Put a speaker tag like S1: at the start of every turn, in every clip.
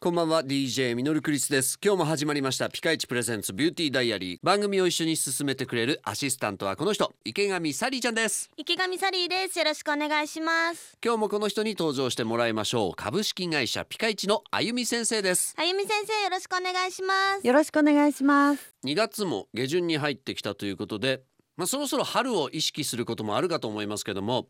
S1: こんばんは DJ ミノルクリスです今日も始まりましたピカイチプレゼンツビューティーダイアリー番組を一緒に進めてくれるアシスタントはこの人池上サリーちゃんです
S2: 池上サリーですよろしくお願いします
S1: 今日もこの人に登場してもらいましょう株式会社ピカイチのあゆみ先生です
S2: あゆみ先生よろしくお願いします
S3: よろしくお願いします。
S1: 2月も下旬に入ってきたということでまあそろそろ春を意識することもあるかと思いますけども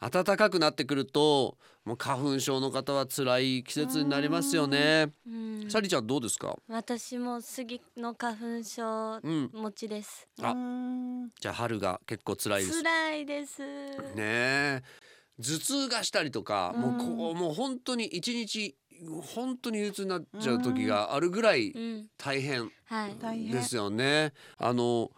S1: 暖かくなってくるともう花粉症の方は辛い季節になりますよね
S2: うん
S1: サリーちゃんどうですか
S2: 私も杉の花粉症
S1: うん
S2: 持ちです
S1: あ
S3: うーん
S1: じゃあ春が結構辛いですね
S2: 辛いです
S1: え頭痛がしたりとか、
S3: うん
S1: もうこうもう本当に一日本当に憂鬱になっちゃう時があるぐらい
S2: うん
S1: 大変
S2: はい
S3: 大変
S1: ですよね。あの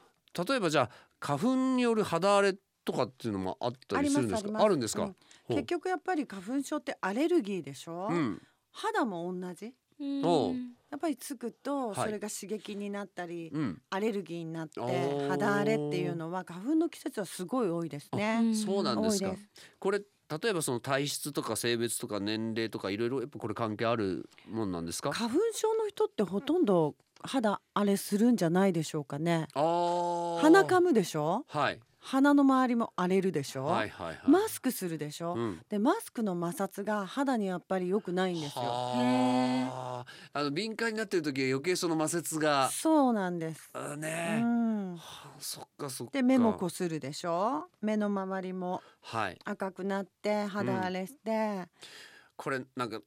S1: 例えばじゃあ花粉による肌荒れとかっていうのもあったりするんですか。あるんです
S3: う
S1: か
S3: ん。結局やっぱり花粉症ってアレルギーでしょ、
S1: うん。
S3: 肌も同じ
S2: うん
S1: おう
S3: やっぱりつく
S1: は
S3: と
S1: い
S3: それが刺激になったり、
S1: うん。
S3: アレルギーになって
S1: おー
S3: 肌荒れっていうのは花粉の季節はすごい多いです
S2: う
S3: ね
S2: ん
S1: そうなん
S3: 多
S1: で
S3: い
S1: す
S3: で
S1: か
S3: す。
S1: これ例えばその体質とか性別とか年齢とかいろいろやっぱこれ関係あるもんなんですか。
S3: 花粉症の人ってほとんど肌荒れするんじゃないでしょうかね
S1: ああ。
S3: 鼻かむでしょ
S1: はい。
S3: 鼻の周りも荒れるでしょ、
S1: はいはいはい。
S3: マスクするでしょ、
S1: うん。
S3: でマスクの摩擦が肌にやっぱり良くないんですよ
S1: はあ。あの敏感になってる時は余計その摩擦が
S3: そうなんです
S1: あ
S3: う
S1: ね。
S3: ん
S1: はあそっかそっか。
S3: で目もこするでしょ目の周りも
S1: はい。
S3: 赤くなって肌荒れして、
S1: これなんか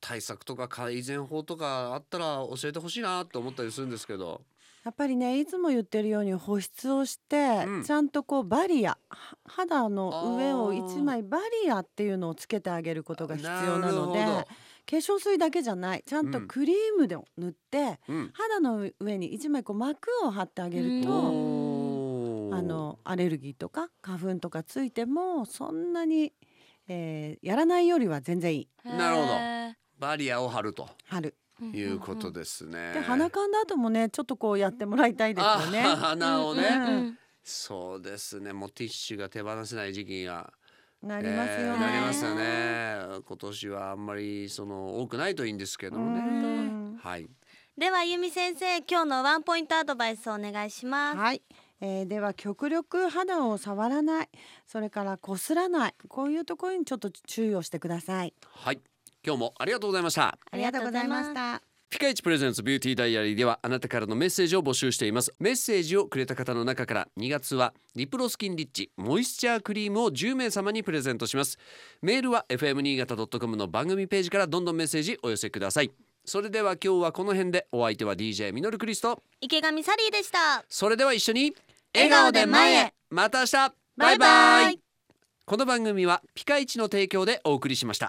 S1: 対策とか改善法とかあったら教えてほしいなと思ったりするんですけど
S3: やっぱりねいつも言ってるように保湿をして、
S1: うん
S3: ちゃんとこうバリアは肌
S1: あー
S3: の上を一枚バリアっていうのをつけてあげることが必要なので
S1: る
S3: 化
S1: ほ
S3: 粧水だけじゃないちゃんと
S1: うん
S3: クリームで塗って、
S1: どうん
S3: 肌の上に一枚こう膜を張ってあげると、
S1: おー
S3: あのアレルギーとか花粉とかついてもそんなに、えーやらないよりは全然いい
S1: なるほどバリアを張ると
S3: 貼る。
S2: ほど
S1: いうことですね。
S3: で鼻かんだ後もねちょっとこうやってもらいたいですよね。
S1: あ鼻をね、
S3: うんうん
S1: そうですねもうティッシュが手放せない時期が
S3: なりますよね。
S1: えーなりますよね今年はあんまりその多くないといいんですけどもね。
S3: うん
S1: はい、
S2: ではあゆみ先生今日のワンポイントアドバイスをお願いします
S3: はい。えーでは極力肌を触らないそれからこすらないこういうところにちょっと注意をしてください
S1: はい、今日もありがとうございました。
S2: ありがとうございました
S1: ピカイチプレゼンツビューティーダイアリーではあなたからのメッセージを募集していますメッセージをくれた方の中から2月はリプロスキンリッチモイスチャークリームを10名様にプレゼントしますメールは fm 新潟 .com の番組ページからどんどんメッセージお寄せくださいそれでは今日はこの辺でお相手は DJ ミノルクリスト
S2: 池上サリーでした
S1: それでは一緒に
S2: 笑顔で前へ
S1: また明日
S2: バイバイ
S1: この番組はピカイチの提供でお送りしました